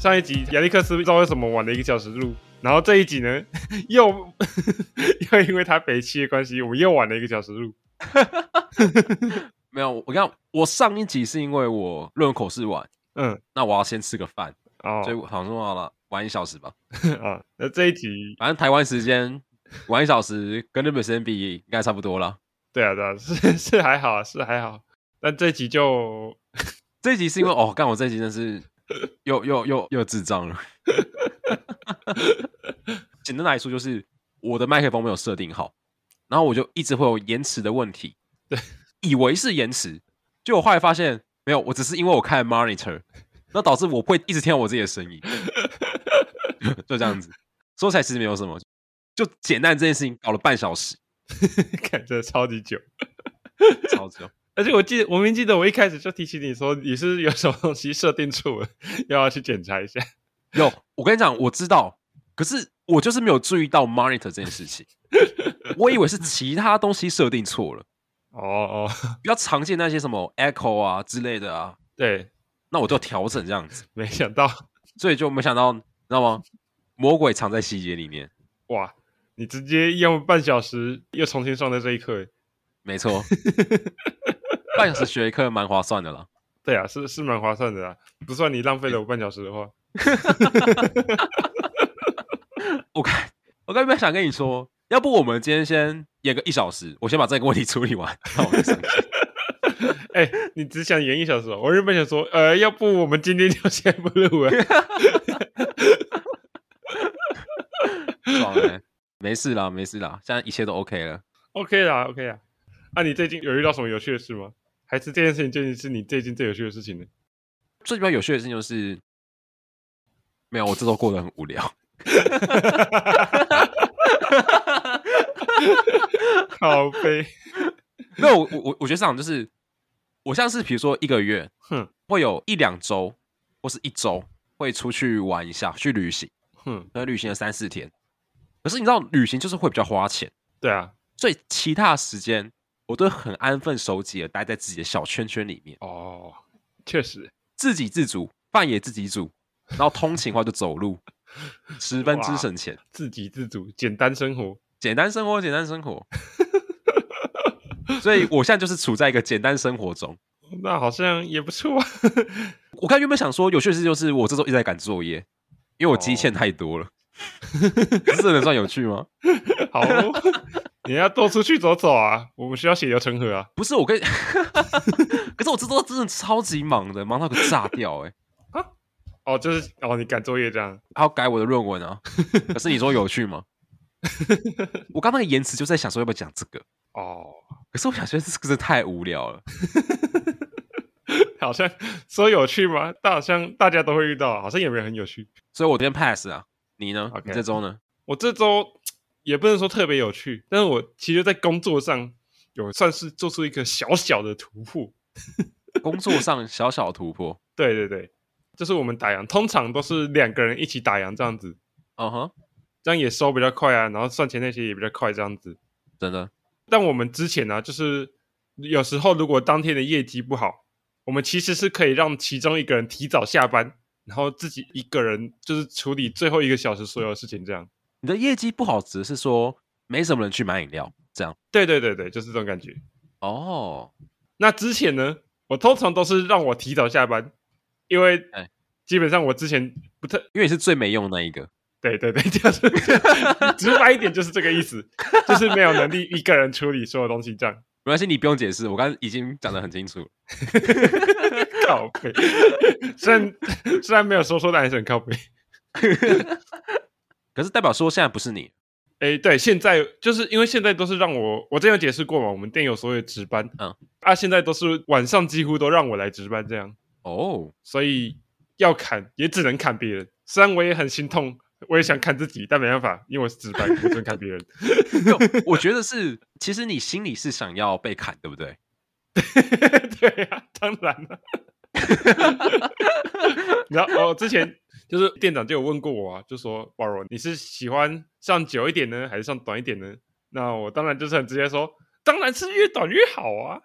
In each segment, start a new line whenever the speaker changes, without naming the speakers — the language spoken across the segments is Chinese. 上一集亚历克斯不知道为什么晚了一个小时录，然后这一集 呢又又因为他北七的关系，我们又晚了一个小时录。
没有，我刚我上一集是因为我论文口试完，
嗯，
那我要先吃个饭，
哦
所以我想说好了，晚一小时吧。
啊，那这一集
反正台湾时间晚一小时跟日本时间比应该差不多啦。
对啊对 啊，是是还好啊是还好，但这一集就
这一集是因为哦，干我这一集真是又又又又智障了。 简单来说，就是我的麦克风没有设定好，然后我就一直会有延迟的问题。
对，
以为是延迟，结果后来发现没有，我只是因为我看 monitor，那导致我会一直听到我自己的声音，就这样子。说起来其实没有什么，就简单这件事情搞了半小时，
看着超级久，
超久。
而且我记得我明记得我一开始就提醒你说你是不是有什么东西设定错了，要不要去检查一下。
有，我跟你讲，我知道，可是我就是没有注意到 monitor 这件事情，我以为是其他东西设定错了，
哦哦，
比较常见那些什么 echo 啊之类的啊，
对，
那我就调整这样子，
没想到
所以就没想到，你知道吗？魔鬼藏在细节里面，
哇，你直接用半小时又重新上在这一课。
没错，半小时学一课蛮划算的啦。
对啊，是是蛮划算的啊，不算你浪费了我半小时的话，
我看，我刚本来想跟你说，要不我们今天先演个一小时，我先把这个问题处理完， 然后我再上去
哎、你只想演一小时、哦，我原本想说，呃，要不我们今天就先不录了。
爽欸没事啦，没事啦，现在一切都 OK 了。
OK 啦，OK 啦。啊，你最近有遇到什么有趣的事吗？还是这件事情最近是你最近最有趣的事情呢？
最比较有趣的事情就是，没有，我这周过得很无聊。
好悲，
没有，我我我觉得这样就是，我像是比如说一个月，
哼
会有一两周或是一周会出去玩一下，去旅行，
哼，
可能旅行了三四天。可是你知道，旅行就是会比较花钱，
对啊，
所以其他的时间我都很安分守己的待在自己的小圈圈里面，
哦，确实，
自给自足，饭也自己煮，然后通勤的话就走路，十分之
哇
省钱，
自给自足，简单生活。
简单生活，简单生活。 所以我现在就是处在一个简单生活中。
那好像也不错啊。
我刚原本想说，有趣的事就是我这周一直在赶作业，因为我积欠太多了。这能算有趣吗？
好哦、你要多出去走走啊，我们需要血流成河啊。
不是我跟， 可是我这周真的超级忙的，忙到个炸掉哎、
哦，就是哦，你赶作业这样，
还要改我的论文啊。可是你说有趣吗？我刚那个延迟就在想说要不要讲这个，
哦，
可是我想觉得这个真的太无聊了。
好像说有趣吗？但好像大家都会遇到，好像也没有很有趣。
所以我今天 pass 啊。你呢
OK
你这周呢？
我这周也不能说特别有趣，但是我其实在工作上有算是做出一个小小的突破。
工作上小小突破。
对对对，就是我们打烊通常都是两个人一起打烊这样子，
嗯哼，
这样也收比较快啊，然后算钱那些也比较快这样子。
真的。
但我们之前呢、就是有时候如果当天的业绩不好，我们其实是可以让其中一个人提早下班，然后自己一个人就是处理最后一个小时所有事情这样。
你的业绩不好，只是说没什么人去买饮料这样。
对对对对，就是这种感觉。
哦，
那之前呢，我通常都是让我提早下班，因为
哎
基本上我之前不太
因为你是最没用的那一个，
对对 对，就是直白一点就是这个意思，就是没有能力一个人处理所有东西这样。
没关系，你不用解释，我刚刚已经讲得很清楚了。
靠背， 虽然虽然没有说说，但还是很靠背。
可是代表说现在不是你，
诶，对，现在就是因为现在都是让我，我之前有解释过嘛，我们店有所谓的值班，
嗯，
啊，现在都是晚上几乎都让我来值班这样，
哦，
所以要砍也只能砍别人。虽然我也很心痛，我也想砍自己，但没办法，因为我是值班，我只能砍别人。
没有我觉得是，其实你心里是想要被砍，对不对？
对啊，当然了。 然后哦，之前就是店长就有问过我啊，就说保罗，你是喜欢上久一点呢，还是上短一点呢？那我当然就是很直接说，当然是越短越好啊。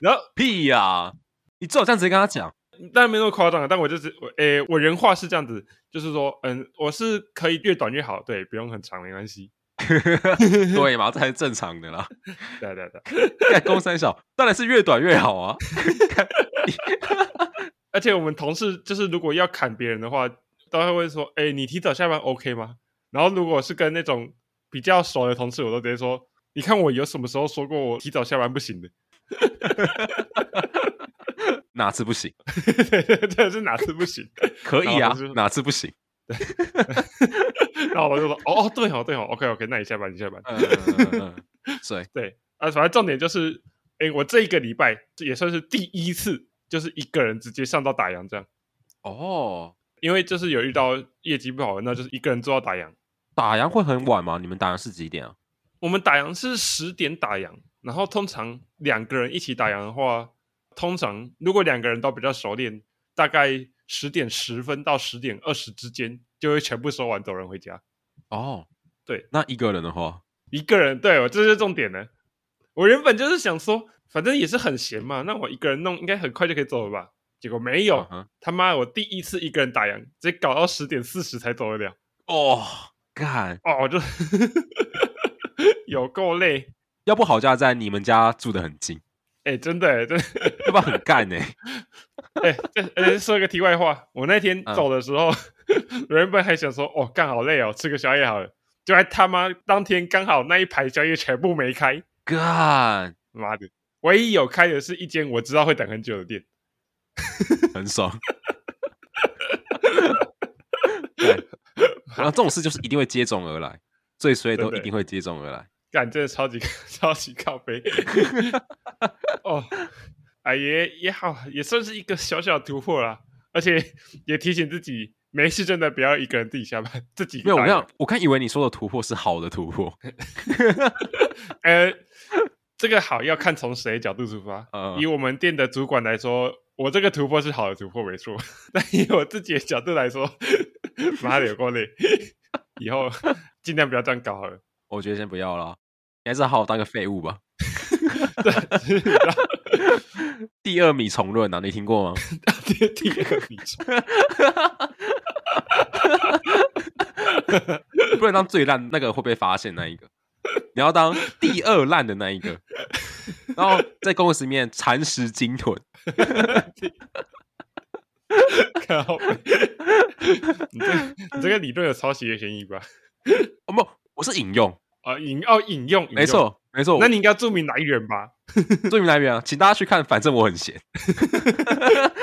然后
屁呀、你最好这样直接跟他讲，
当然没那么夸张啊，但我就是我诶、我原话是这样子，就是说，嗯，我是可以越短越好，对，不用很长没关系。
对嘛，这才是正常的啦。
对啊对对，
干公三小当然是越短越好啊。
而且我们同事就是如果要砍别人的话，都会问说，诶、你提早下班 OK 吗？然后如果是跟那种比较熟的同事，我都直接说，你看我有什么时候说过我提早下班不行的？
哪次不行？
对对对，是哪次不行？
可以
然
啊
后就是，
哪次不行？
然后我就说，哦哦，对哦对哦，OK OK，那你下班你下班。
嗯嗯嗯 嗯，所以
对啊，反正重点就是，诶，我这一个礼拜这也算是第一次，就是一个人直接上到打烊这样，
哦，
因为就是有遇到业绩不好的，那就是一个人做到打烊。
打烊会很晚吗？你们打烊是几点啊？
我们打烊是十点打烊，然后通常两个人一起打烊的话，通常如果两个人都比较熟练，大概十点十分到十点二十之间就会全部收完走人回家。
哦，
对，
那一个人的话，
一个人，对我这就是重点呢。我原本就是想说，反正也是很闲嘛，那我一个人弄应该很快就可以走了吧？结果没有
嗯，哼
他妈我第一次一个人打烊，直接搞到十点四十才走得了，
哦，干，
哦，我就 有够累，
要不好家在你们家住的很近，
哎、真的、真的，
要不然很干呢、
哎、这而且说一个题外话，我那天
嗯
走的时候，原本还想说，哦，干好累哦，吃个宵夜好了，就还他妈当天刚好那一排宵夜全部没开，
干，
妈的，唯一有开的是一间我知道会等很久的店。
很爽。干然后这种事就是一定会接踵而来，最衰都
真的
一定会接踵而来。
干，真的超级 超级靠背。 哦，啊也也好，也算是一个小小的突破啦，而且也提醒自己，没事真的不要一个人自己下班，自己
没有，我
打
刚我刚以为你说的突破是好的突破，
呃，这个好要看从谁的角度出发。
嗯
以我们店的主管来说，我这个突破是好的突破没错， 但以我自己的角度来说， 妈的有够累， 以后尽量不要这样搞好了。
我觉得先不要啦，你还是好好当个废物吧。
对，就是让
第二米重论啊，你听过吗？
第第二米虫。
不能当最烂那个会被发现那一个，你要当第二烂的那一个，然后在公司里面蚕食鲸豚。
靠北！ 你这个你这个理论有抄袭的嫌疑吧？
哦不，我是引用，
啊，引哦引用，引用
没。错没错。
那你应该注明来源吧？
最明来源啊，请大家去看，反正我很闲。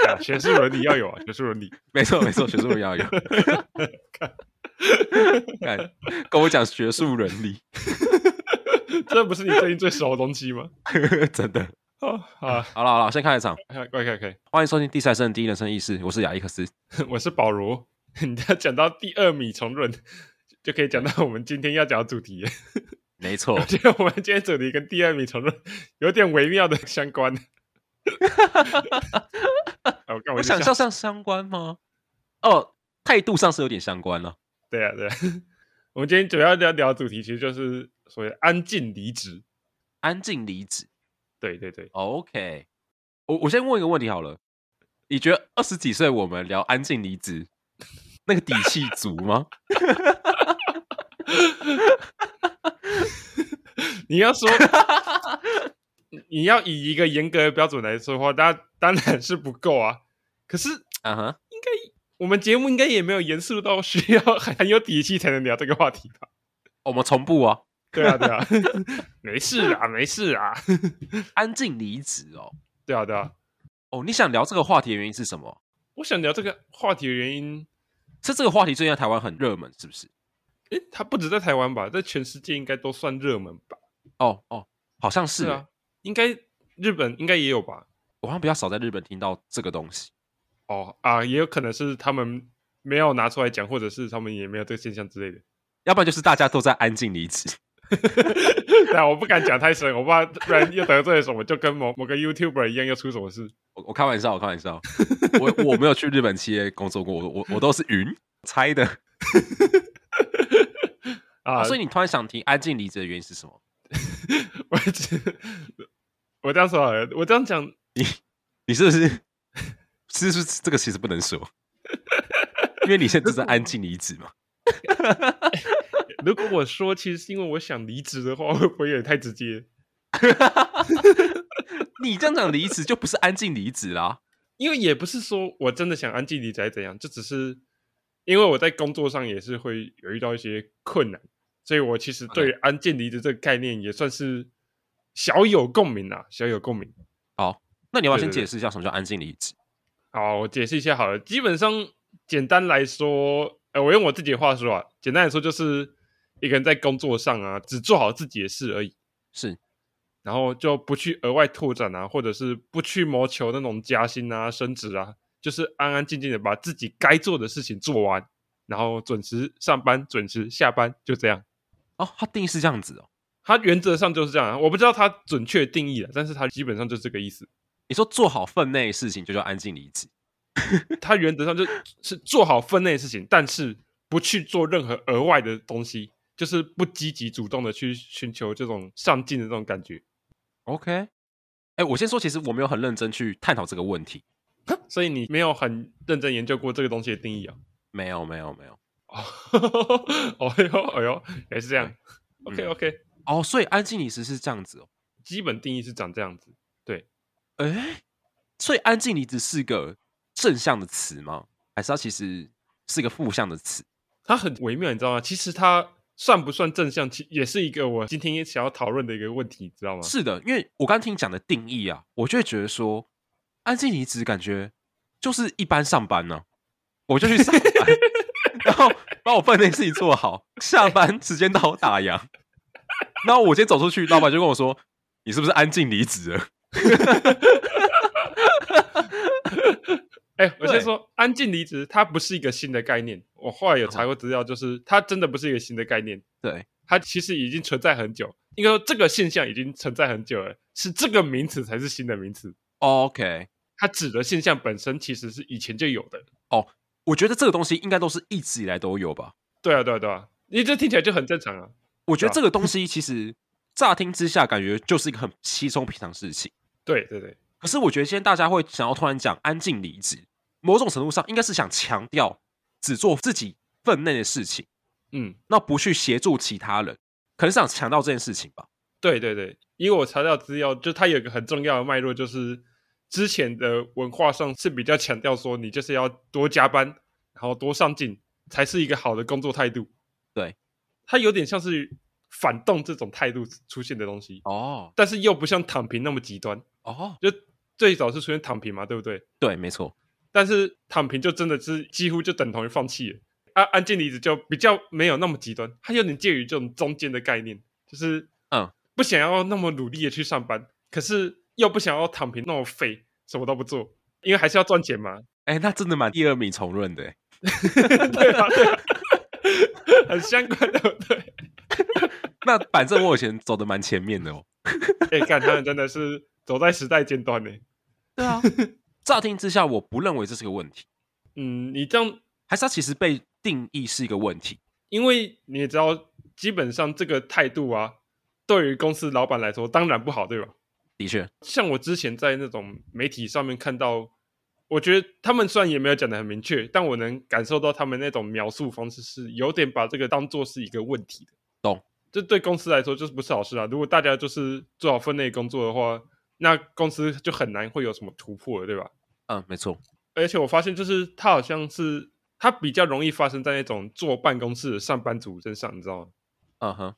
啊学术伦理要有啊，学术伦理。
没错没错，学术伦理要有。看，跟我讲学术伦理，
这不是你最近最熟的东西吗？
真的。
哦，好啊，
好了好了，先看一场。
可以可以可以。
欢迎收听《第三声的第一人称意识》，我是亚伊克斯。
我是保罗， 你要讲到第二米虫论，就可以讲到我们今天要讲的主 题。
没 错
我，觉得我们今天主题跟第二米虫论有点微妙的相关。啊我看
我
我
想
就
象上相关吗？哦，态度上是有点相关了、
对啊，对啊。 我们今天主要聊聊的主题，其实就是所谓的安静离职。
安静离职。
对对对，
OK，我我先问一个问题好了，你觉得二十几岁我们聊安静离职，那个底气足 吗？
你要 说，你要以一个严格的标准来说的话，当当然是不够啊。可是
啊哈，
我们节目应该也没有严肃到需要 很有底气才能聊这个话题吧？
我们重步啊，
对啊，对啊， 没事啊，没事啊，
安静离职哦。
对啊，对啊。
哦，你想聊这个话题的原因是什么？
我想聊这个话题的原因，
是这个话题最近在台湾很热门，是不是？
诶，它不止在台湾吧，在全世界应该都算热门吧？
哦哦，好像是
对
耶
啊，应该日本应该也有吧？
我好像比较少在日本听到这个东西。
哦啊，也有可能是他们没有拿出来讲，或者是他们也没有这个现象之类的。
要不然就是大家都在安静离职，
对啊，我不敢讲太深，我怕不然又得罪了什么，就跟某某个 YouTuber 一样，又出什么事。
我我开玩笑，我开玩 笑，我我没有去日本企业工作过，我我我都是云猜的、
啊，
啊所
以
以你突然想提安静离职的原因是什么？
我 只我这样说好了，我这样讲，
你是不是其实这个其实不能说，因为你现在正在安静离职嘛。
如果我说其实是因为我想离职的话， 会不会有点太直接？
你这样讲离职就不是安静离职啦。
因为也不是说我真的想安静离职还是怎样，这只是因为我在工作上也是会有遇到一些困难，所以我其实对于安静离职这个概念也算是小有共鸣啊，小有共鸣。
好，那你要不要先
对对对
解释一下什么叫安静离职？
好，我解释一下好了。基本上，简单来说，呃，我用我自己的话说啊，简单来说就是一个人在工作上啊，只做好自己的事而已，
是
然后就不去额外拓展啊，或者是不去谋求那种加薪啊、升职啊，就是安安静静的把自己该做的事情做完，然后准时上班、准时下班，就这样。
哦，它定义是这样子哦。
它原则上就是这样啊，我不知道它准确定义了，但是它基本上就是这个意思。
你说做好分内的事情就叫安静离职，
他原则上就是做好分内的事情，但是不去做任何额外的东西，就是不积极主动的去寻求这种上进的这种感觉。
OK，哎、我先说，其实我没有很认真去探讨这个问题，
所以你没有很认真研究过这个东西的定义啊？
没有，没有，没有。
哦，哎呦，哎呦，也是这样。OK OK，、
哦，所以安静离职是这样子哦。
基本定义是长这样子。
哎、所以安静离职是个正向的词吗？还是它其实是个负向的词？
它很微妙，你知道吗？其实它算不算正向，其也是一个我今天也想要讨论的一个问题，你知道吗？
是的，因为我刚听你讲的定义啊，我就会觉得说，安静离职感觉就是一般上班呢、我就去上班， 然后把我分内事情做好，下班时间到打烊， 然后我今天走出去，老板就跟我说，你是不是安静离职了？
哎、我先
对
说，安静离职它不是一个新的概念。我后来有查过资料，
嗯
就是它真的不是一个新的概念，
对，
它其实已经存在很久。应该说，这个现象已经存在很久了，是这个名词才是新的名词。
OK，
它指的现象本身其实是以前就有的。
我觉得这个东西应该都是一直以来都有吧。
对啊，对啊，对啊，你这听起来就很正常啊。
我觉
对啊
得这个东西其实乍听之下感觉就是一个很稀松平常的事情。
对对对，
可是我觉得现在大家会想要突然讲安静离职，某种程度上应该是想强调只做自己分内的事情，
嗯，
那不去协助其他人，可能是想强调这件事情吧。
对对对，因为我查到资料，就它有一个很重要的脉络，就是之前的文化上是比较强调说，你就是要多加班，然后多上进，才是一个好的工作态度。
对，
它有点像是反动这种态度出现的东西，
哦
但是又不像躺平那么极端。
哦，
就最早是出现躺平嘛，对不对？
对，没错，
但是躺平就真的是几乎就等同于放弃了。啊，安静离职就比较没有那么极端，它有点介于这种中间的概念，就是
嗯，
不想要那么努力的去上班，可是又不想要躺平那么废，什么都不做，因为还是要赚钱嘛，
哎，那真的蛮第二名重论的欸。
对吧？对吧很相关的，对。
那反正我以前走的蛮前面的哦。
哎、看他们真的是走在时代尖端呢、
对啊，乍听之下我不认为这是个问题，
嗯，你这样，
还是它其实被定义是一个问题。
因为你也知道，基本上这个态度啊，对于公司老板来说当然不好，对吧？
的确，
像我之前在那种媒体上面看到，我觉得他们虽然也没有讲的很明确，但我能感受到他们那种描述方式是有点把这个当做是一个问题的。
懂？
这对公司来说就是不是好事啊！如果大家就是做好分内工作的话，那公司就很难会有什么突破了，对吧？
嗯，没错，
而且我发现，就是它好像是它比较容易发生在那种坐办公室的上班族身上，你知道吗？
嗯哼，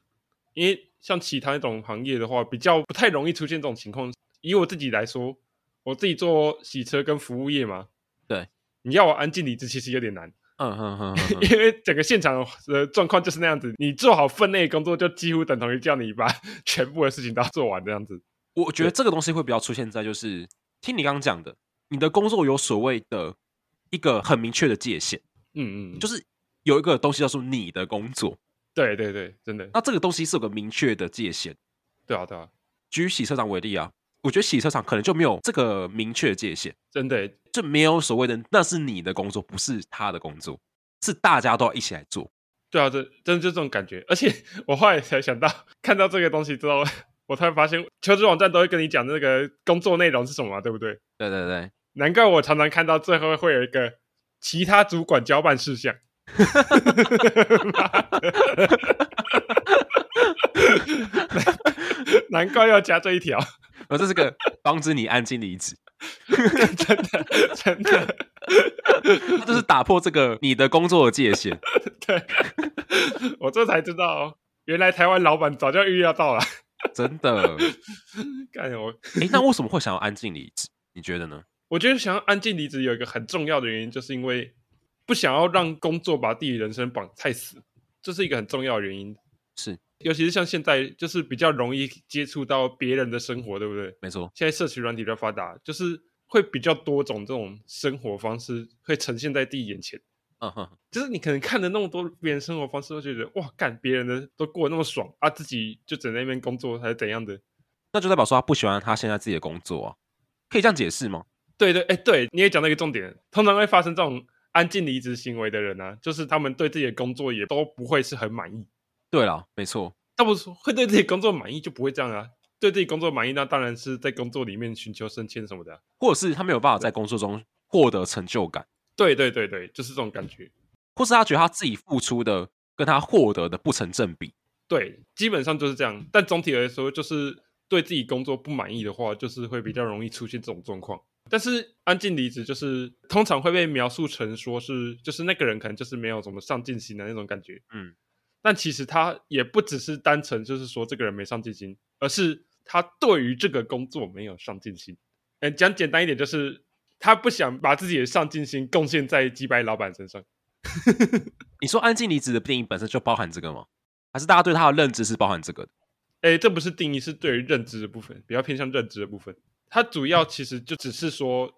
因为像其他那种行业的话，比较不太容易出现这种情况。以我自己来说，我自己做洗车跟服务业嘛，
对，
你要我安静离职其实有点难，
嗯哼哼哼哼，
因为整个现场的状况就是那样子。你做好分内工作，就几乎等同于叫你把 全部的事情都要做完这样子。
我觉得这个东西会比较出现在就是听你刚刚讲的，你的工作有所谓的一个很明确的界限，
嗯嗯，
就是是有一个东西叫做你的工作，
对对对，真的，
那这个东西是有个明确的界限。
对啊对啊，
举洗车场为例啊，我觉得洗车场可能就没有这个明确的界限，
真的
就没有所谓的那是你的工作，不是他的工作，是大家都要一起来做。
对啊，这真的就这种感觉。而且 我后来才想到，看到这个东西之后，我突然发现求职网站都会跟你讲那个工作内容是什么嘛、对不对？
对对对，
难怪我常常看到最后会有一个其他主管交办事项。 难难怪要加这一条，
呃，这是个防止你安静离职，
真的真的
它就是打破这个你的工作的界限。
对，我这才知道哦，原来台湾老板早就预料到了。
真的，
干我，
哎，那为什么会想要安静离职？你觉得呢？
我觉得想要安静离职有一个很重要的原因，就是因为不想要让工作把自己人生绑太死，这是一个很重要的原因。
是，
尤其是像现在，就是比较容易接触到别人的生活，对不对？
没错，
现在社群软体比较发达，就是会比较多种这种生活方式会呈现在自己眼前。
嗯哼，
就是你可能看了那么多别人生活方式，会觉得哇，干别人的都过得那么爽啊，自己就只在那边工作还是怎样的？
那就代表说他不喜欢他现在自己的工作啊，可以这样解释吗？
对对，哎，对，你也讲到一个重点，通常会发生这种安静离职行为的人啊，就是他们对自己的工作也都不会是很满意。
对了，没错，
他不是会对自己工作满意，就不会这样啊。对自己工作满意，那当然是在工作里面寻求升迁什么的啊、
或者是他没有办法在工作中获得成就感，
对对对对，就是这种感觉。
或是他觉得他自己付出的跟他获得的不成正比。
对，基本上就是这样。但总体来说，就是对自己工作不满意的话，就是会比较容易出现这种状况。但是安静离职就是通常会被描述成说是，就是那个人可能就是没有什么上进心的那种感觉。
嗯，
但其实他也不只是单纯就是说这个人没上进心，而是他对于这个工作没有上进心。嗯，讲简单一点，就是他不想把自己的上进心贡献在击败老板身上。
你说安静离职的电影本身就包含这个吗？还是大家对他的认知是包含这个的？
哎，这不是定义，是对于认知的部分，比较偏向认知的部分。它主要其实就只是说，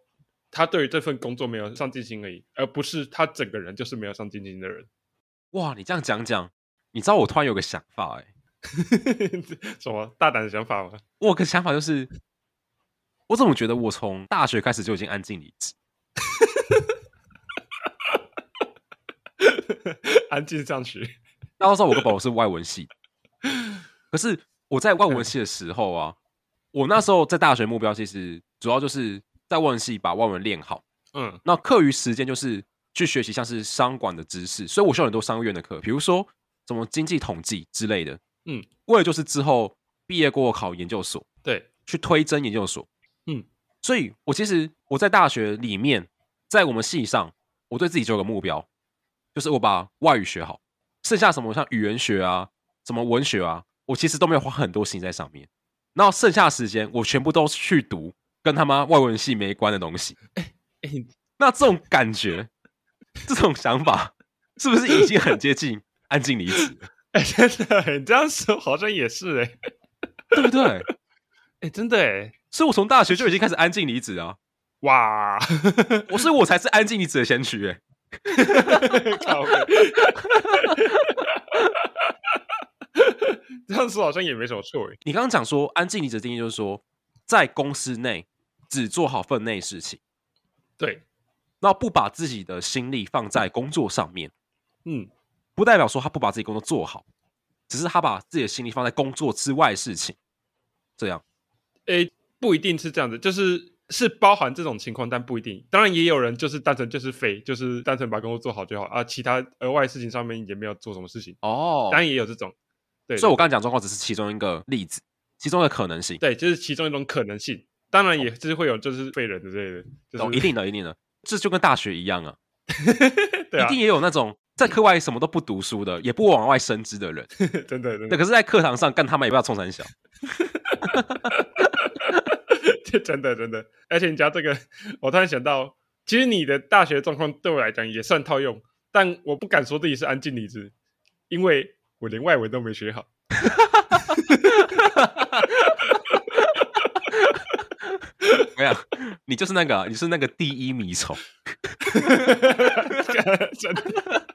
他对于这份工作没有上进心而已，而不是他整个人就是没有上进心的人。
哇，你这样讲讲，你知道我突然有个想法哎、
什么大胆的想法吗？
我有个想法就是，我怎么觉得我从大学开始就已经安静离职？
安静上学，
大家都知道我跟宝宝是外文系的，可是我在外文系的时候啊，我那时候在大学目标其实主要就是在外文系把外文练好，
嗯
那课余时间就是去学习像是商管的知识，所以我修了很多商院的课，比如说什么经济统计之类的。
嗯，
为了就是之后毕业过后考研究所，
对，
去推甄研究所。
嗯，
所以我其实我在大学里面，在我们系上，我对自己就有个目标，就是我把外语学好，剩下什么像语言学啊、什么文学啊，我其实都没有花很多心在上面。然后剩下的时间，我全部都去读跟他妈外文系没关的东西。
哎，你
那这种感觉， 这种想法，是不是已经很接近安静离职了？
哎，真的，你这样说好像也是哎、
对不对？
哎，真的哎，
所以我从大学就已经开始安静离职啊，
哇，
我所以我才是安静离职的先驱、欸。
靠北 这样说好像也没什么错哎，
你刚刚讲说安静离职的定义就是说，在公司内只做好分内事情，
对，
那不把自己的心力放在工作上面，
嗯，
不代表说他不把自己工作做好，只是他把自己的心力放在工作之外的事情。这样，
诶，不一定是这样子，就是是包含这种情况，但不一定。当然，也有人就是单纯就是废，就是单纯把工作做好就好啊，其他额外事情上面也没有做什么事情。
哦
当然也有这种，对，
所以我刚刚讲状况只是其中一个例子，其中的可能性。
对，就是其中一种可能性。当然也是会有就是废人之类的，就是、
哦懂，一定的，一定的，这就跟大学一样啊，
对啊
一，定也有那种在课外什么都不读书的，也不往外伸 枝的人，
真的真
那
的
可是在课堂上干他妈也不要冲三小，
真的真的。而且你讲这个，我突然想到，其实你的大学状况对我来讲也算套用，但我不敢说自己是安静离职，因为我连外文都没学好。
怎么样？你就是那个啊、你是那个第一米虫，
真的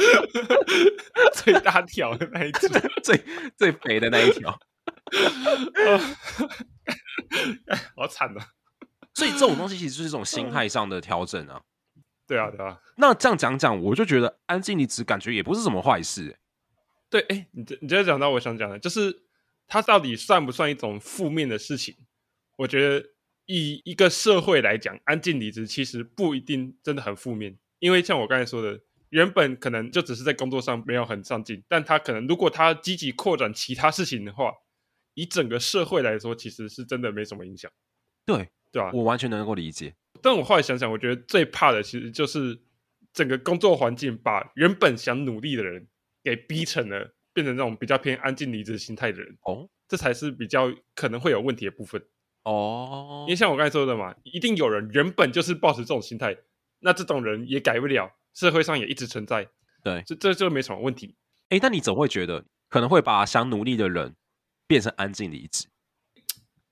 最大条的那一只，
最最肥的那一条。
哦 好惨啊！
所以这种东西其实就是一种心态上的调整啊。
对啊，对啊，
那这样讲讲，我就觉得安静离职感觉也不是什么坏事、欸
对，哎，你这你这讲到我想讲的，就是它到底算不算一种负面的事情？我觉得以一个社会来讲，安静离职其实不一定真的很负面，因为像我刚才说的，原本可能就只是在工作上没有很上进，但他可能如果他积极扩展其他事情的话，以整个社会来说，其实是真的没什么影响，
对
对啊吧、
欸我完全能够理解。
但我后来想想，我觉得最怕的其实就是整个工作环境把原本想努力的人给逼成了变成那种比较偏安静离职心态的人，
哦
这才是比较可能会有问题的部分。
哦
因为，像我刚才说的嘛，一定有人原本就是抱持这种心态，那这种人也改不了，社会上也一直存在，
对
这这就没什么问题。
哎，那你总会觉得可能会把想努力的人变成安静离职？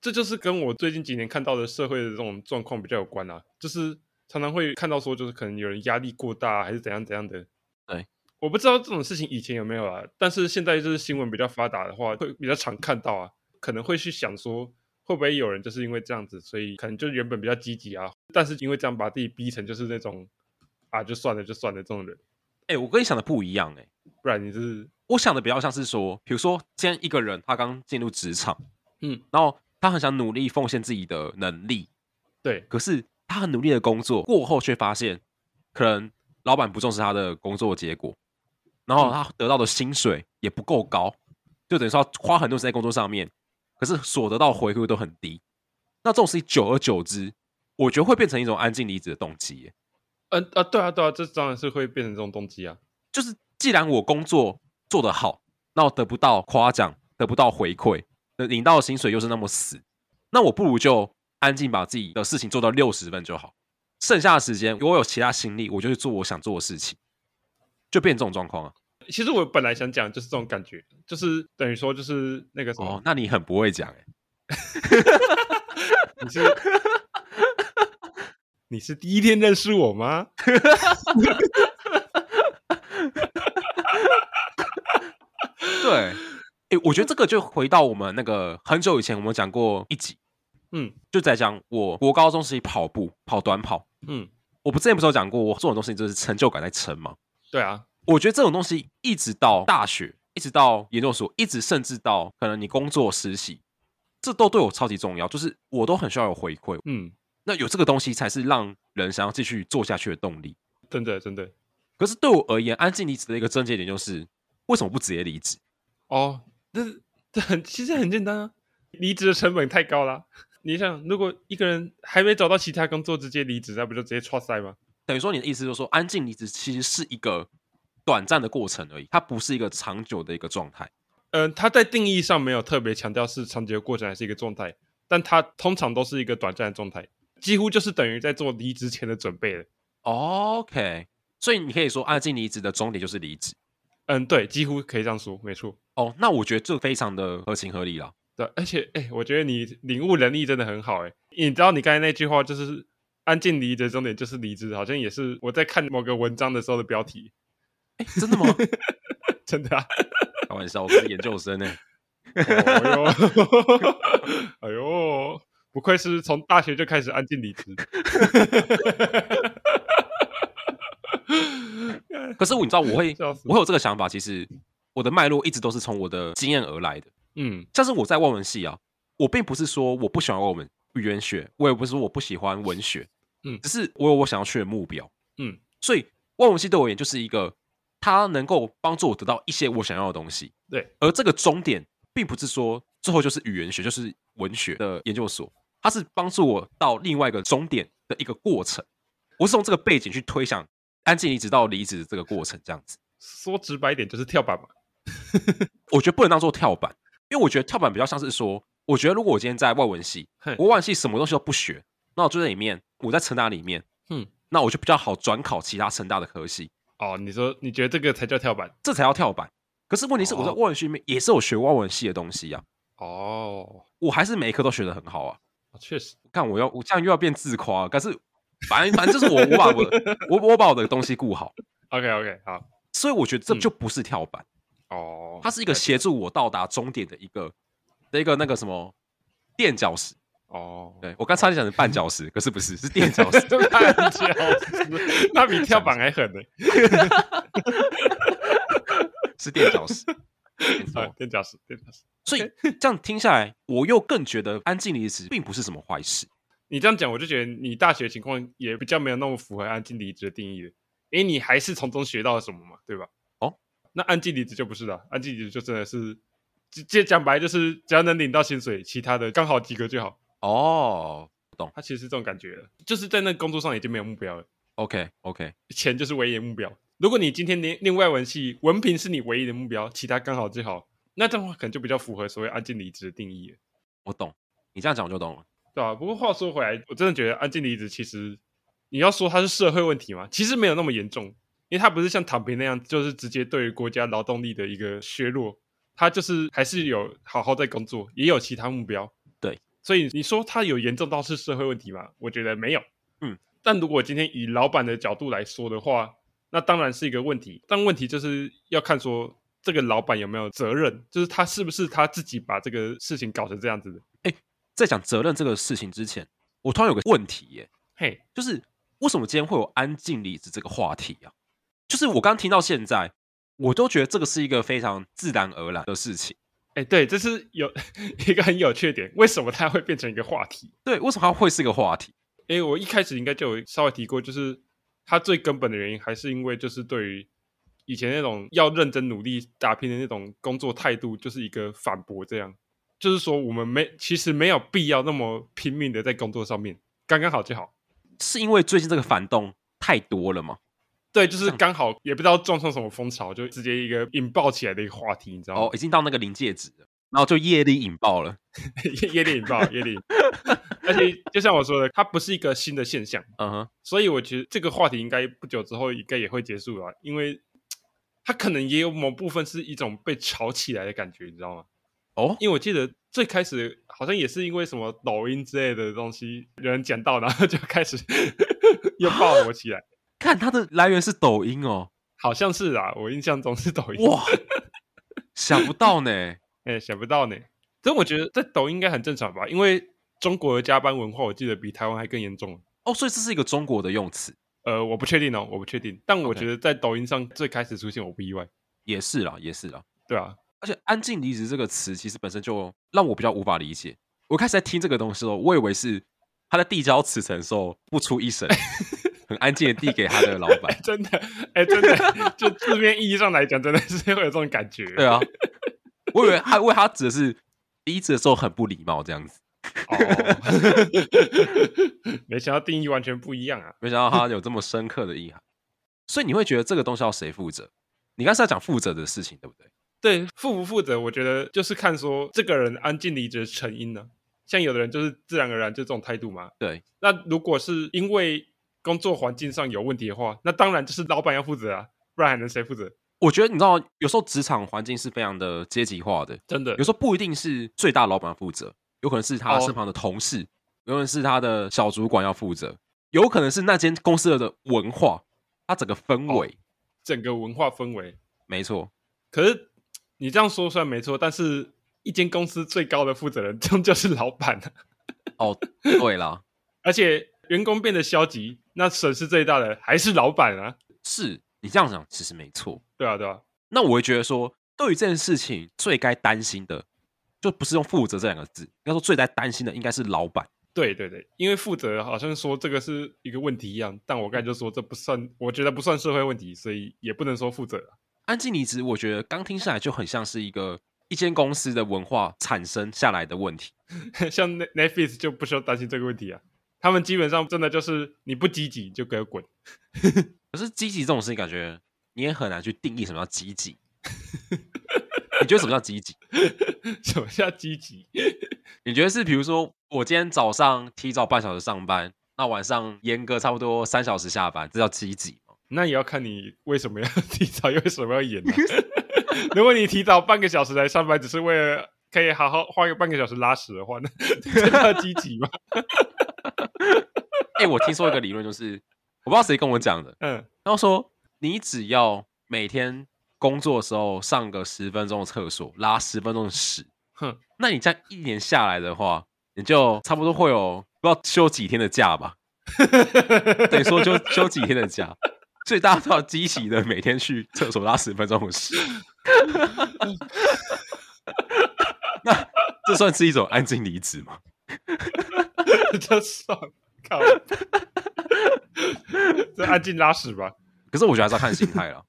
这就是跟我最近几年看到的社会的这种状况比较有关啊，就是常常会看到说，就是可能有人压力过大、啊还是怎样怎样的。
对，
我不知道这种事情以前有没有啊，但是现在就是新闻比较发达的话，会比较常看到啊，可能会去想说，会不会有人就是因为这样子，所以可能就原本比较积极啊，但是因为这样把自己逼成就是那种啊，就算了就算了这种人，
哎，我跟你想的不一样哎、
不然你就是
我想的比较像是说，比如说今天一个人他刚进入职场，
嗯，
然后他很想努力奉献自己的能力，
对
可是他很努力的工作过后，却发现可能老板不重视他的工作结果，然后他得到的薪水也不够高，就等于说他花很多时间在工作上面，可是所得到回馈都很低。那这种事情久而久之，我觉得会变成一种安静离职的动机耶。
嗯啊对啊对啊，这当然是会变成这种动机啊，
就是既然我工作做得好，那我得不到夸奖，得不到回馈，那领到的薪水又是那么死，那我不如就安静把自己的事情做到六十分就好，剩下的时间我有其他心力，我就去做我想做的事情，就变成这种状况啊。
其实我本来想讲就是这种感觉，就是等于说就是那个什么，
哦，那你很不会讲哎、
你是你是第一天认识我吗？
对，哎、我觉得这个就回到我们那个很久以前我们讲过一集，
嗯
就在讲我我高中时期跑步跑短跑，
嗯，
我不之前不是有讲过，我做很多事情就是成就感在撑嘛。
对啊，
我觉得这种东西一直到大学，一直到研究所，一直甚至到可能你工作实习，这都对我超级重要。就是我都很需要有回馈，
嗯，
那有这个东西才是让人想要继续做下去的动力。
真的真的
可是对我而言，安静离职的一个症结点就是，为什么不直接离职？
哦，这这很其实很简单啊，离职的成本太高啦。你想，如果一个人还没找到其他工作直接离职，那不就直接错赛吗？
等于说你的意思就是说，安静离职其实是一个短暂的过程而已，它不是一个长久的一个状态。
嗯，他在定义上没有特别强调是长久的过程还是一个状态，但他通常都是一个短暂的状态，几乎就是等于在做离职前的准备了。
OK，所以你可以说，安静离职的终点就是离职。
嗯，对，几乎可以这样说，没错。
哦，那我觉得这非常的合情合理啦。
对，而且哎、我觉得你领悟能力真的很好哎、你知道你刚才那句话就是“安静离职，终点就是离职”，好像也是我在看某个文章的时候的标题，
哎，真的吗？
真的啊！
开玩笑，我是研究生呢、欸
哦 哎呦，哎呦，不愧是从大学就开始安静离职。
可是我你知道我 会
笑死
我会有这个想法，其实我的脉络一直都是从我的经验而来的。
嗯
像是我在外文系啊，我并不是说我不喜欢外文语言学，我也不是说我不喜欢文学，
嗯
只是我有我想要去的目标，
嗯，
所以外文系对我而言就是一个它能够帮助我得到一些我想要的东西，
对，
而这个终点并不是说最后就是语言学，就是文学的研究所，它是帮助我到另外一个终点的一个过程。我是从这个背景去推想安静离职到离职的这个过程，这样子，
说直白一点就是跳板嘛。
我觉得不能当做跳板，因为我觉得跳板比较像是说，我觉得如果我今天在外文系，
嘿
我外文系什么东西都不学，那我就在里面，我在成大里面，
嗯，
那我就比较好转考其他成大的科系，
哦，你说你觉得这个才叫跳板？
这才叫跳板。可是问题是，我在
哦
外文系里面也是有学外文系的东西啊，
哦，
我还是每一科都学得很好啊。
确实，
看我要我这样又要变自夸，啊可是反正反正就是我我把我的我我把我的东西顾好，
OK OK，好，
所以我觉得这
嗯
就不是跳板，
哦，
它是一个协助我到达终点的一个的一个那个什么垫脚石。
哦，。
对我刚差点讲成绊脚石，可是不是是垫脚石
太屌丝 那比跳板还 狠呢、
是垫脚石。没
啊
错，
垫脚石，垫脚石，
所以这样听下来，我又更觉得安静离职并不是什么坏事。
你这样讲，我就觉得你大学情况也比较没有那么符合安静离职的定义了，因为你还是从中学到了什么嘛，对吧？
哦，
那安静离职就不是了，安静离职就真的是直接讲白就是只要能领到薪水，其他的刚好及格就好。
哦懂
他其实是这种感觉了，就是在那工作上已经没有目标了，
，OK OK，
钱就是唯一的目标。如果你今天念念外文系，文凭是你唯一的目标，其他刚好最好，那这样的话可能就比较符合所谓安静离职的定义了。
我懂，你这样讲我就懂了。
对啊，不过话说回来，我真的觉得安静离职其实你要说它是社会问题嘛，其实没有那么严重，因为它不是像躺平那样，就是直接对于国家劳动力的一个削弱，它就是还是有好好在工作，也有其他目标。
对，
所以你说它有严重到是社会问题吗？我觉得没有。
嗯，
但如果今天以老板的角度来说的话，那当然是一个问题，但问题就是要看说这个老板有没有责任，就是他是不是他自己把这个事情搞成这样子的。
在讲责任这个事情之前，我突然有个问题耶，
嘿，
就是为什么今天会有安静离职这个话题啊？就是我刚听到现在，我都觉得这个是一个非常自然而然的事情。
哎、对，这是有 一个很有趣的点，为什么它会变成一个话题？
对，为什么它会是一个话题？
哎、我一开始应该就有稍微提过，就是它最根本的原因还是因为就是对于以前那种要认真努力打拼的那种工作态度，就是一个反驳。这样就是说，我们没其实没有必要那么拼命的在工作上面，刚刚好就好。
是因为最近这个反动太多了吗？
对，就是刚好也不知道撞上什么风潮，就直接一个引爆起来的一个话题，你知道吗？
哦，已经到那个临界值了，然后就业力引爆了。
也也得引爆，也得引爆。而且就像我说的，它不是一个新的现象。
嗯哼，
所以我觉得这个话题应该不久之后应该也会结束了，因为它可能也有某部分是一种被炒起来的感觉，你知道吗？
哦，
因为我记得最开始好像也是因为什么抖音之类的东西，有人捡到，然后就开始 又爆火起来，
看它的来源是抖音哦，
好像是啊，我印象中是抖音。
哇，想不到呢。
哎、想不到呢。但我觉得在抖音应该很正常吧，因为中国的加班文化，我记得比台湾还更严重。
哦，所以这是一个中国的用词，
呃，我不确定哦，我不确定，但我
OK
觉得在抖音上最开始出现，我不意外。
也是啦，也是啦。
对啊，
而且“安静离职”这个词，其实本身就让我比较无法理解。我一开始在听这个东西的时候，我以为是他在递交辞呈的时候不出一声， 很安静的递给他的老板。
真的，哎、真的， 就字面意义上来讲，真的是会有这种感觉。
对啊，我以为他为他指的是离职的时候很不礼貌这样子，
哦，没想到定义完全不一样啊。
没想到他有这么深刻的意涵。所以你会觉得这个东西要谁负责？你刚才在讲负责的事情，对不对？
对，负不负责，我觉得就是看说这个人安静离职的成因呢、像有的人就是自然而然就这种态度嘛。
对，
那如果是因为工作环境上有问题的话，那当然就是老板要负责啊，不然还能谁负责？
我觉得你知道，有时候职场环境是非常的阶级化的。
真的
有，时候不一定是最大老板负责，有可能是他
哦
身旁的同事，有可能是他的小主管要负责，有可能是那间公司的文化，它整个氛围，
整个文化氛围。
没错，
可是你这样说虽然没错，但是一间公司最高的负责人 终究是老板啊。
哦，对啦，
而且员工变得消极，那损失最大的还是老板啊，
是你这样讲其实没错。
对啊，对啊，
那我会觉得说，对于这件事情最该担心的，就不是用负责这两个字，应该说最该担心的应该是老板。
对对对，因为负责好像说这个是一个问题一样，但我刚才就说这不算，我觉得不算社会问题，所以也不能说负责啊、
安静离职，我觉得刚听下来就很像是一个一间公司的文化产生下来的问题。
啊 像 Net- Netflix 就不需要担心这个问题啊，他们基本上真的就是你不积极就给我滚，
可是积极这种事情，感觉你也很难去定义什么叫积极。你觉得什么叫积极？
什么叫积极？
你觉得是比如说我今天早上提早半小时上班，那晚上严格差不多三小时下班，这叫积极吗？
那也要看你为什么要 提早，又为什么要演、啊。 如果你提早半个小时来上班，只是为了可以好好花个半个小时拉屎的话，那 这叫积极吗？
哎、我听说一个理论，就是我不知道谁跟我讲的，
嗯，
然后说你只要每天工作的时候上个十分钟的厕所，拉十分钟的屎，
哼，
那你这样一年下来的话，你就差不多会有不知道休几天的假吧？等于说就休几天的假，所以大家都要积极的每天去厕所拉十分钟的屎。那这算是一种安静离职吗？
就算了靠，这安静拉屎吧。
可是我觉得还是要看心态了，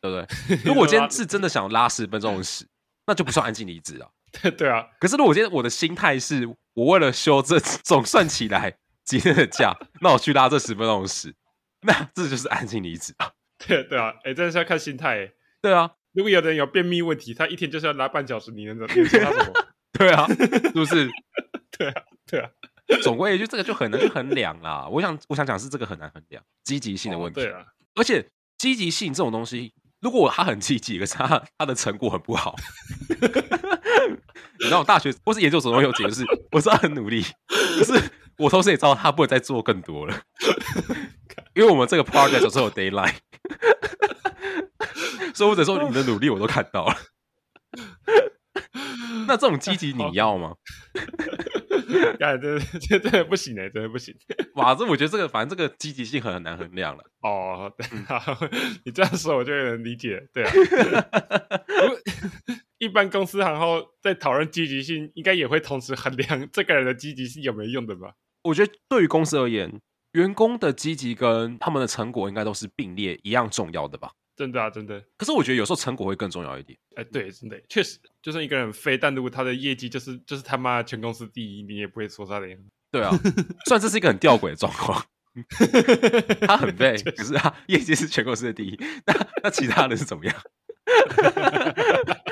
对不对？如果我今天是真的想拉十分钟的屎，那就不算安静离职啊。
对啊，
可是如果我今天我的心态是我为了休这总算起来今天的假，那我去拉这十分钟的屎，那这就是安静离职啊。
对对啊，哎，真的是要看心态欸。
对啊，
如果有的人有便秘问题，他一天就是要拉半小时，你能怎么？你能说他什么？
对啊，是不是？
对啊，对啊，
总归一句，这个就很难去衡量啦。我想，我想讲是这个很难衡量积极性的问题。
对啊，
而且积极性这种东西，如果他很积极，可是他他的成果很不好， 你知道，我大学或是研究所都有解，就是我知道很努力，可是我同时也知道他不能再做更多了，因为我们这个 project 总是有 d a y l i g h t 所以我只能说你的努力我都看到了。 那这种积极你要吗？
哎，这这真的不行哎，真的不行。
哇，这我觉得这个反正这个积极性很难衡量了。
哦，对啊， 你这样说我就有点理解。对啊，一般公司然后在讨论积极性，应该也会同时衡量这个人的积极性有没有用的吧？
我觉得对于公司而言，员工的积极跟他们的成果应该都是并列一样重要的吧。
真的啊，真的。
可是我觉得有时候成果会更重要一点。
哎，对，真的，确实，就算一个人很废，但如果他的业绩就是就是他妈全公司第一，你也不会说他的样子。
对啊，虽然这是一个很吊诡的状况， 他很背，可是他业绩是全公司的第一，那那其他人是怎么样？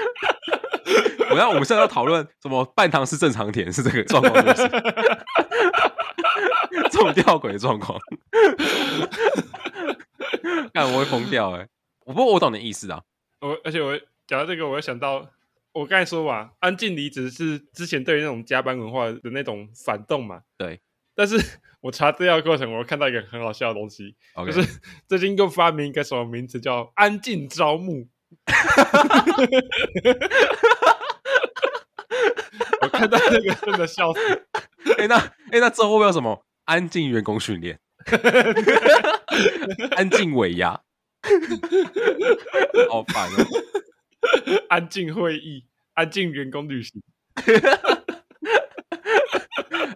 我要我们现在要讨论什么半糖是正常甜是这个状况是不 是，这种吊诡的状况， 看我会疯掉哎、我不过我懂你的意思啊，
我而且我讲到这个，我又想到我刚才说嘛，安静离职是之前对于那种加班文化的那种反动嘛。
对。
但是我查资料的过程，我看到一个很好笑的东西
OK，
就是 最近又发明一个什么名词叫“安静招 募”。 我看到那个真的笑死，
哎、那哎、那之后会不会有什么安静员工训练？安静尾牙，好烦哦！
安静会议、安静员工旅行，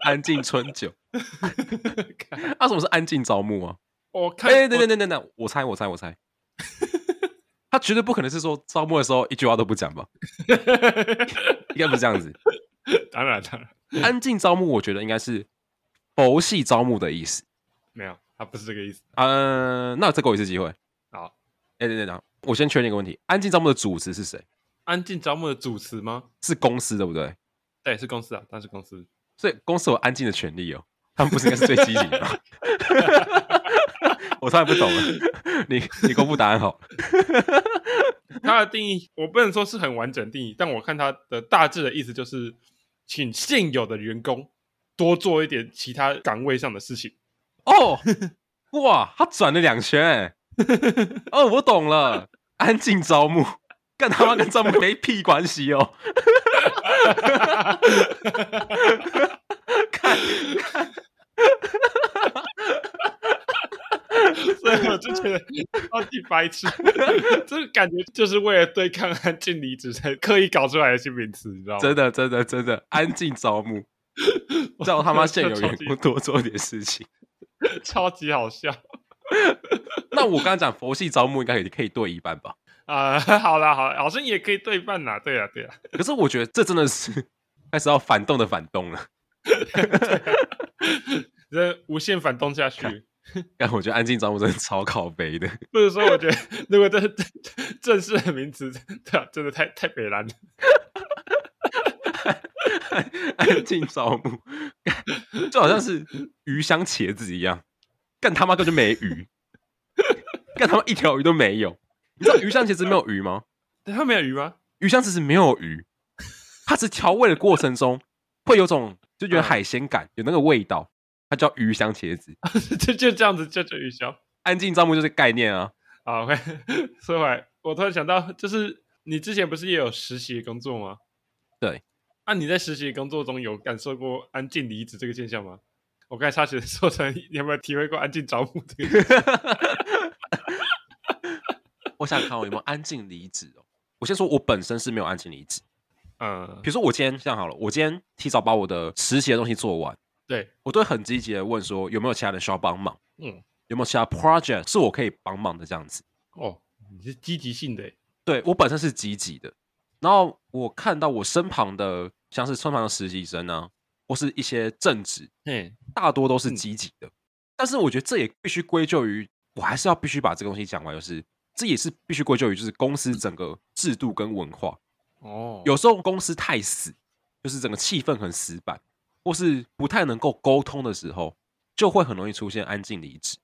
安静春酒，
看
那、什么是安静招募啊？
我看，
哎、等等等等等，我猜我猜我猜，他绝对不可能是说招募的时候一句话都不讲吧？应该不是这样子。
当然当然
安静招募，我觉得应该是佛系招募的意思。
没有，他不是这个意思。
嗯，那再给我一次机会。
好，
哎、等等等，我先确定一个问题：安静招募的主持是谁？
安静招募的主持吗？
是公司对不对？
对，是公司啊，但是公司。
所以公司有安静的权利哦，他们不是应该是最积极的吗？ 我突然不懂了，你你公布答案好，
它的定义 我不能说是很完整定义，但我看它的大致的意思就是，请现有的员工多做一点其他岗位上的事情。
哦，哇，他转了两圈欸，哦，我懂了，安静招募，干他妈跟招募没屁关系哦，
所以我就觉得超级白痴， 这个感觉就是为了对抗安静离职才刻意搞出来的新名词，你知道吗？
真的真的真的，安静招募，叫他妈现有员工
我
多做点事情。
觉得 超级好笑
那我刚刚讲佛系招募，应该也可以对一半吧？
啊、 好啦，好啦，好像也可以对半啦，对啊，对啊，
可是我觉得这真的是 开始要反动的反动了。
这无限反动下去。
但我觉得安静招募真的超靠背的，
不是说，我觉得如果这是正正式的名词， 对啊，真的太太北蓝了。
安静招募，干就好像是鱼香茄子一样，干他妈根本就没鱼，干他妈一条鱼都没有。你知道鱼香茄子没有鱼吗？
对他没有鱼吗？
鱼香茄子没有鱼，它是调味的过程中会有种就觉得海鲜感，有那个味道，它叫鱼香茄子。
就就这样子叫做鱼销
安静招募就是概念啊，
好，回 说回来，我突然想到，就是你之前不是也有实习的工作吗？
对。
那、你在实习的工作中有感受过安静离职这个现象吗？我刚才差点说成 你有没有体会过安静招募这个？
我想看我有没有安静离职哦。我先说，我本身是没有安静离职。
嗯
比如说我今天这样好了，我今天提早把我的实习的东西做完，
对，
我都会很积极的问说有没有其他人需要帮忙，
嗯，
有没有其他 project 是我可以帮忙的这样子。
哦，你是积极性的欸，
对我本身是积极的，然后我看到我身旁的像是身旁的实习生啊，或是一些正职，
嘿，
大多都是
嗯
积极的。但是我觉得这也必须归咎于，我还是要必须把这个东西讲完，就是这也是必须归咎于就是公司整个制度跟文化。
哦，
有时候公司太死，就是整个气氛很死板，或是不太能够沟通的时候，就会很容易出现安静离职。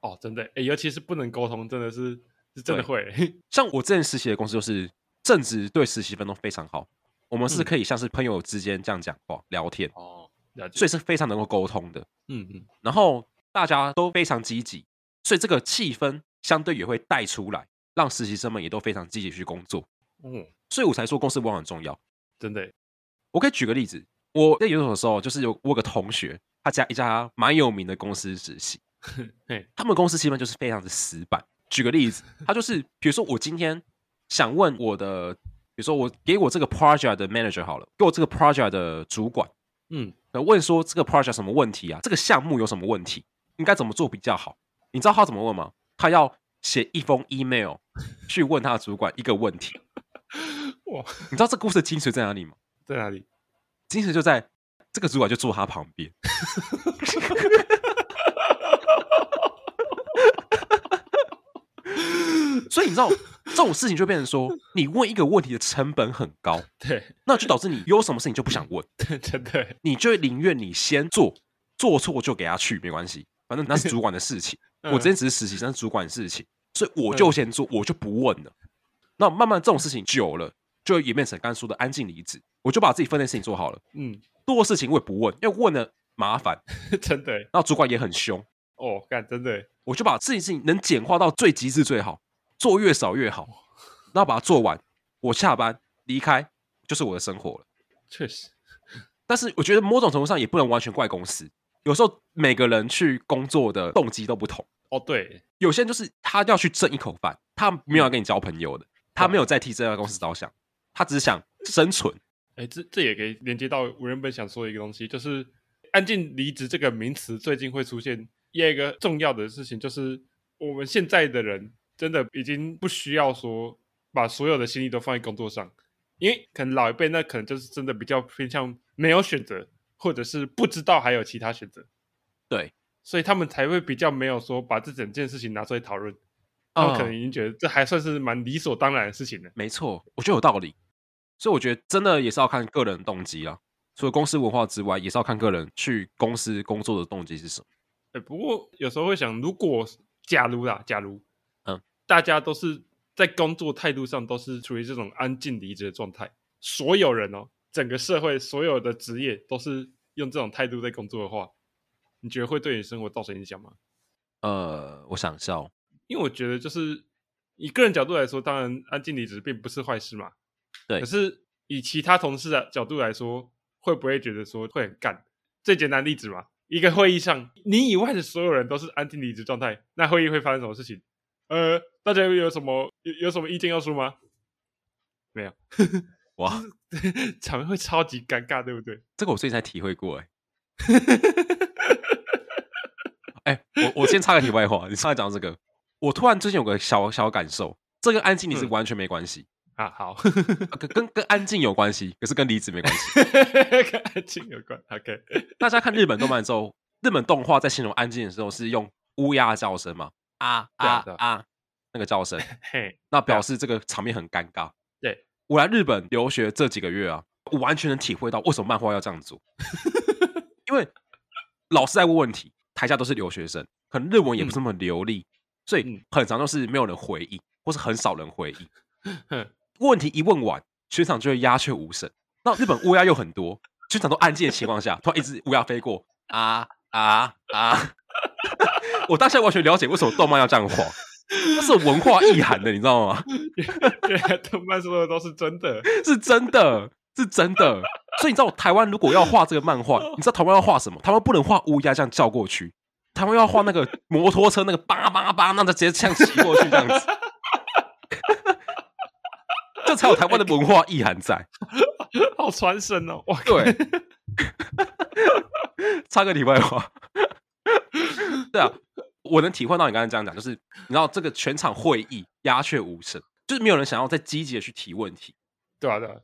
哦，真的欸，尤其是不能沟通，真的是是真的
对
会欸，
像我之前实习的公司就是正职对实习分都非常好，我们是
嗯
可以像是朋友之间这样讲话聊天，
哦， 了解，
所以是非常能够沟通的。
嗯嗯，
然后大家都非常积极，所以这个气氛相对也会带出来，让实习生们也都非常积极去工作。
哦，
所以我才说公司文化很重要。
真的欸，
我可以举个例子，我在研究所的时候，就是有我有个同学，他在一家蛮有名的公司实习
嘿，
他们公司基本就是非常的死板。举个例子，他就是比如说我今天想问我的，比如说我给我这个 project 的 manager 好了，给我这个 project 的主管，
嗯，
呃问说这个 project 什么问题啊，这个项目有什么问题，应该怎么做比较好？你知道他怎么问吗？他要写一封 email 去问他的主管一个问题。
哇，
你知道这故事的精髓在哪里吗？
在哪里？
精神就在这个主管就坐他旁边， 所以你知道这种事情就变成说，你问一个问题的成本很高，
对，
那就导致你有什么事情就不想问，
真的欸，
你就会宁愿你先做，做错就给他去，没关系，反正那是主管的事情。
嗯
我之前只是实习生，是主管的事情，所以我就先做，我就不问了。那慢慢这种事情久了，就会演变成刚才说的安静离职，我就把自己分内事情做好了。
嗯，
多的事情我也不问，因为问了麻烦，
嗯 真的欸，
然后主管也很凶，
哦，干，真的欸，
我就把自己事情能简化到最极致最好，做越少越好，然后把它做完，我下班离开就是我的生活了。
确实，
但是我觉得某种程度上也不能完全怪公司，有时候每个人去工作的动机都不同，
哦，对，
有些人就是他要去挣一口饭，他没有要跟你交朋友的，他没有在替这家公司着想，他只是想生存。
哎，这这也可以连接到我原本想说的一个东西，就是“安静离职”这个名词最近会出现。另外一个重要的事情就是，我们现在的人真的已经不需要说把所有的心力都放在工作上，因为可能老一辈那可能就是真的比较偏向没有选择，或者是不知道还有其他选择，
对，
所以他们才会比较没有说把这整件事情拿出来讨论。
嗯
他
哦
们可能已经觉得这还算是蛮理所当然的事情了。
没错，我觉得有道理。所以我觉得真的也是要看个人动机啊。除了公司文化之外，也是要看个人去公司工作的动机是什么。
哎，不过有时候会想，如果假如啦，假如，
嗯，
大家都是在工作态度上都是处于这种安静离职的状态，所有人哦，整个社会所有的职业都是用这种态度在工作的话，你觉得会对你生活造成影响吗？
呃，我想一下、哦，
因为我觉得就是以个人角度来说，当然安静离职并不是坏事嘛。
对
可是以其他同事的角度来说，会不会觉得说会很干？最简单例子嘛，一个会议上，你以外的所有人都是安静离职状态，那会议会发生什么事情？呃，大家有什么有有什么意见要说吗？ 没有，
哇，
场面会超级尴尬，对不对？
这个我最近才体会过哎、哎、我我先插个题外话，你上来讲到这个，我突然最近有个小小感受，这跟安静离职
嗯
完全没关系，
啊，好，
啊跟跟跟安静有关系，可是跟离职没关系。
跟安静有关。OK，
大家看日本动漫的时候，日本动画在形容安静的时候是用乌鸦的叫声嘛，啊
对啊
啊
对啊
啊那个叫声，
嘿，
那表示这个场面很尴尬。
对
我来日本留学这几个月啊，我完全能体会到为什么漫画要这样 做，因为老师在问问题，台下都是留学生，可能日文也不是那么流利，所以
嗯
很常都是没有人回应，或是很少人回应。
哼
问题一问完，全场就会鸦雀无声。那日本乌鸦又很多，全场都安静的情况下，突然一只乌鸦飞过，啊啊啊！ 我当下完全了解为什么动漫要这样画，那是有文化意涵的，你知道吗？
原来动漫啊说的都是真的。
是真的，是真的。所以你知道，台湾如果要画这个漫画，你知道台湾要画什么？台湾不能画乌鸦这样叫过去，台湾要画那个摩托车那个叭叭叭，那就直接这样骑过去这样子，这才有台湾的文化意涵在。
好传神哦！哇，
对，插个题外话，对啊，我能体会到你刚才这样讲，就是你知道这个全场会议鸦雀无声，就是没有人想要再积极的去提问题。
对啊，对啊，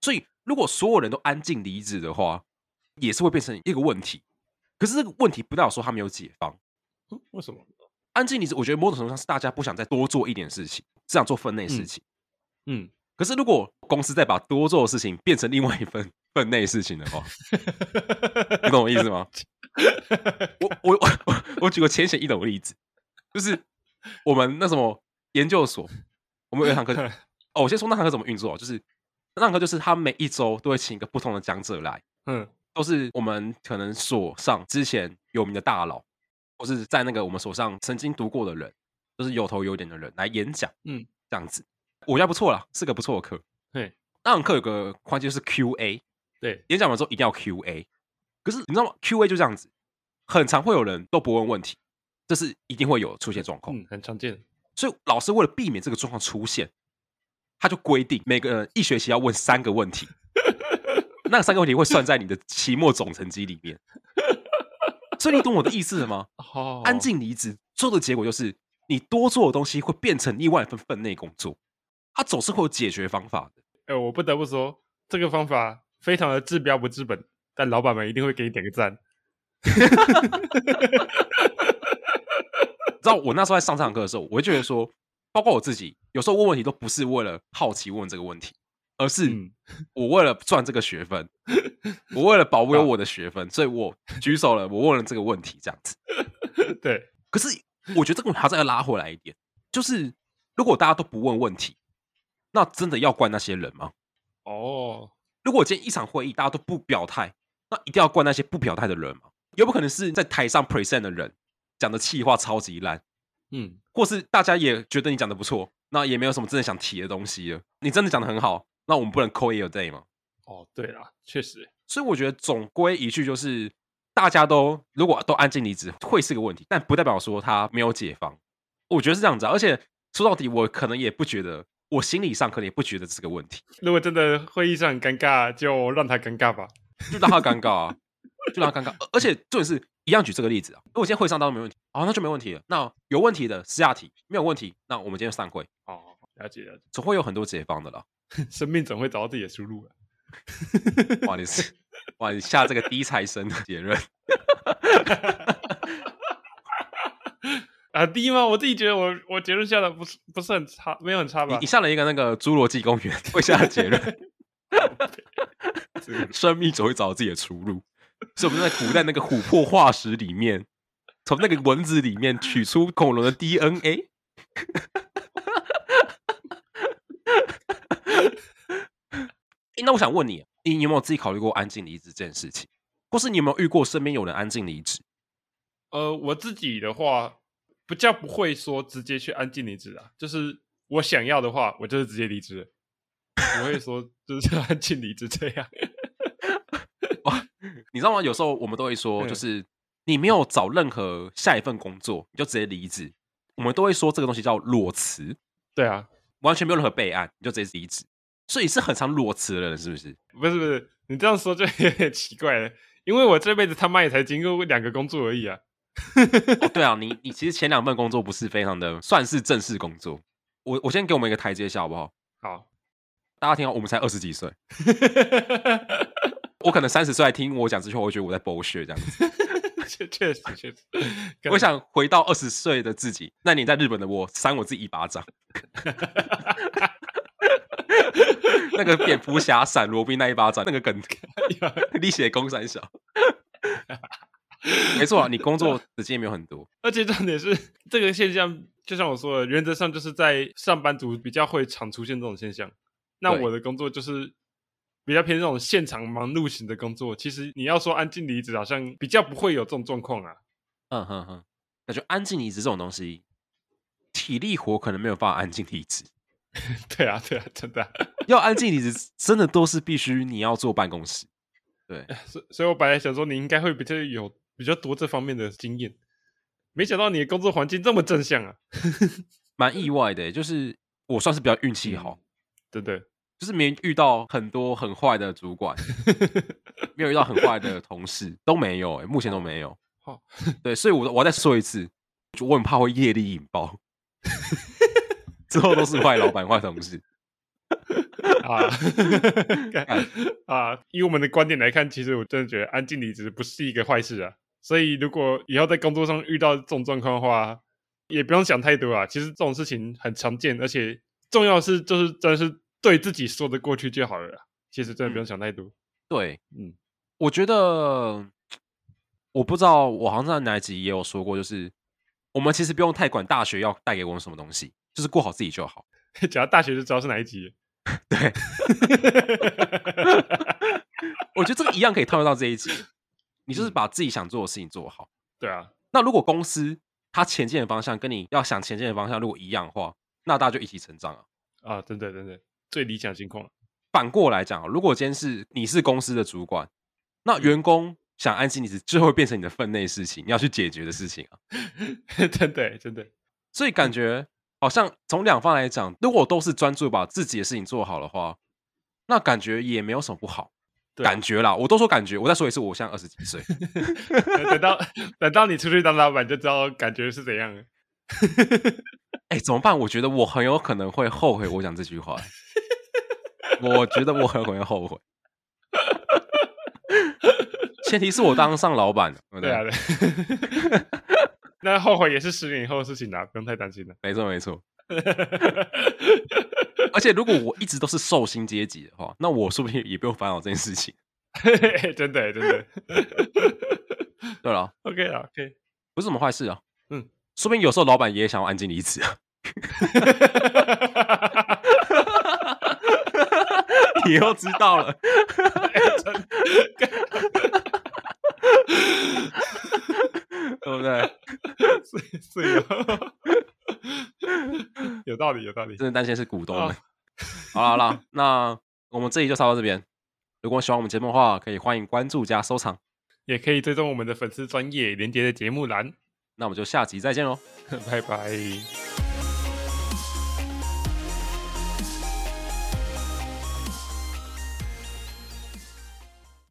所以如果所有人都安静离职的话，也是会变成一个问题。可是这个问题不代表说他没有解放。
嗯为什么？
安静离职，我觉得某种程度上是大家不想再多做一点事情，只想做分内事情。
嗯，
可是如果公司再把多做的事情变成另外一份分内事情的话， 你懂我意思吗？我我我我我举个浅显易懂的例子，就是我们那什么研究所，我们有一 堂课哦，我先说那堂课怎么运作，就是那堂课就是他每一周都会请一个不同的讲者来，
嗯
都是我们可能所上之前有名的大佬，或是在那个我们所上曾经读过的人，就是有头有脸的人来演讲，
嗯，
这样子，我觉得不错啦，是个不错的课。
嘿，
那堂课有个环节就是 Q&A，
对，
演讲完之后一定要 Q&A。可是你知道吗？Q&A 就这样子，很常会有人都不问问题，这是一定会有出现状况。
嗯，很常见。
所以老师为了避免这个状况出现，他就规定每个人一学期要问三个问题，那三个问题会算在你的期末总成绩里面。所以你懂我的意思了吗？
好，
安，静离职，最后的结果就是你多做的东西会变成另外一份分内工作，它总是会有解决方法的。
哎、我不得不说，这个方法非常的治标不治本，但老板们一定会给你点个赞。
你知道我那时候在上这堂课的时候，我会觉得说，包括我自己，有时候问问题都不是为了好奇问这个问题，而是
嗯
我为了赚这个学分， 我为了保卫我的学分，所以我举手了，我问了这个问题，这样子。
对，
可是我觉得这个问题还是要拉回来一点，就是如果大家都不问问题，那真的要怪那些人吗？
哦，
如果今天一场会议大家都不表态，那一定要怪那些不表态的人吗？有不可能是在台上 present 的人讲的气话超级烂，
嗯，
或是大家也觉得你讲的不错，那也没有什么真的想提的东西了。你真的讲的很好，那我们不能扣一 a day 吗？
哦，对啦，确实，
所以我觉得总归一句就是，大家都如果都安静离职会是个问题，但不代表说他没有解放。我觉得是这样子、啊，而且说到底，我可能也不觉得，我心理上可能也不觉得这是个问题，
如果真的会议上很尴尬，就让他尴尬吧。
就让他尴尬啊，就让他尴尬。而而且重点是一样举这个例子啊，如果今天会上当然没问题，啊，那就没问题了。那有问题的私下提，没有问题，那我们今天就散会，
哦，了解了解，
总会有很多解放的啦。
生命总会找到自己的出路的。
哇，你是哇，你下这个低材生的结论，
啊，第一吗？我自己觉得我我结论下的不是不是很差，没有很差
你
吧
你？下了一个那个侏罗纪公园会下的结论，生命总会找到自己的出路。所以我们在古代那个琥珀化石里面，从那个蚊子里面取出恐龙的 DNA。诶 那我想问你，你有没有自己考虑过安静离职这件事情，或是你有没有遇过身边有人安静离职？
呃，我自己的话，不叫不会说直接去安静离职啊，就是我想要的话，我就是直接离职了，不会说就是 安静离职这样。
你知道吗？有时候我们都会说，
嗯
就是你没有找任何下一份工作，你就直接离职。我们都会说这个东西叫裸辞，
对啊，
完全没有任何备案，你就直接离职。所以是很常裸辞的人，是不是？
不是不是，你这样说就 有点奇怪了，因为我这辈子他妈也才经历过两个工作而已啊。
哦， 对啊，你你其实前两份工作不是非常的，算是正式工作。我我先给我们一个台阶下好不好？
好，
大家听好，我们才二十几岁，我可能三十岁来听我讲这句话，我会觉得我在剥削这样 子。
确确实确实，干
我想回到二十岁的自己，那年在日本的我扇我自己一巴掌。 那个蝙蝠侠闪罗宾那一巴掌，那个梗，
啊
立血攻三小。 没错啊，你工作的经验没有很多，
而且重点是，这个现象就像我说的，原则上就是在上班族比较会常出现这种现象。那
对
我的工作就是比较偏这种现场忙碌型的工作。其实你要说安静离职，好像比较不会有这种状况啊。
嗯哼哼，感觉安静离职这种东西，体力活可能没有办法安静离职。
对啊，对啊，真的啊、
要安静离职，真的都是必须你要坐办公室。对，
所以所以我本来想说你应该会比较有比较多这方面的经验，没想到你的工作环境这么正向啊，
欸
嗯
蛮意外的，就是我算是比较运气好，
对不对？
就是没遇到很多很坏的主管，没有遇到很坏的同事，都没有、欸，目前都没有。
好
对，所以我我再说一次，我很怕会业力引爆， 之后都是坏老板、坏同事。
啊干啊！以我们的观点来看，其实我真的觉得安静离职不是一个坏事啊。所以如果以后在工作上遇到这种状况的话，也不用想太多啊。其实这种事情很常见，而且重要的是就是真的是对自己说得过去就好了啦。啊其实真的不用想太多。
对，
嗯，
我觉得我不知道，我好像在哪一集也有说过，就是我们其实不用太管大学要带给我们什么东西，就是过好自己就好。
讲到大学就知道是哪一集了。
对，我觉得这个一样可以套用到这一集，你就是把自己想做的事情做好。
对啊，
那如果公司它前进的方向跟你要想前进的方向如果一样的话，那大家就一起成长啊。
啊，真的真的最理想情况 了。
反过来讲啊，如果今天是你是公司的主管，那员工想安心离职，最后会变成你的分内事情，你要去解决的事情啊。
真的真的，
所以
嗯
感觉好像从两方来讲，如果都是专注把自己的事情做好的话，那感觉也没有什么不好。
对啊
感觉啦，我都说感觉，我再说一次，我现在二十几 岁，
等到 等到你出去当老板就知道感觉是怎样了。
哎、怎么办？我觉得我很有可能会后悔我讲这句 话。我觉得我很可能会后悔。前提是我当上老板，对不
对啊，对。 那后悔也是十年以后的事情啦、不用太担心了。
没错没错。而且如果我一直都是寿星阶级的话，那我说不定也不用烦恼这件事情。
真的欸真的
对了，
，OK 啦，OK，
不是什么坏事啊。
嗯，
说不定有时候老板也想要安静离职啊。你又知道了，对不对？
是是有有道理有道理。
真的担心是股东
啊
们。好啦好啦，那我们这集就聊到这边。如果喜欢我们节目的话，可以欢迎关注加收藏。
也可以追踪我们的粉丝专业连接的节目栏，
那我们就下集再见喽。
拜拜。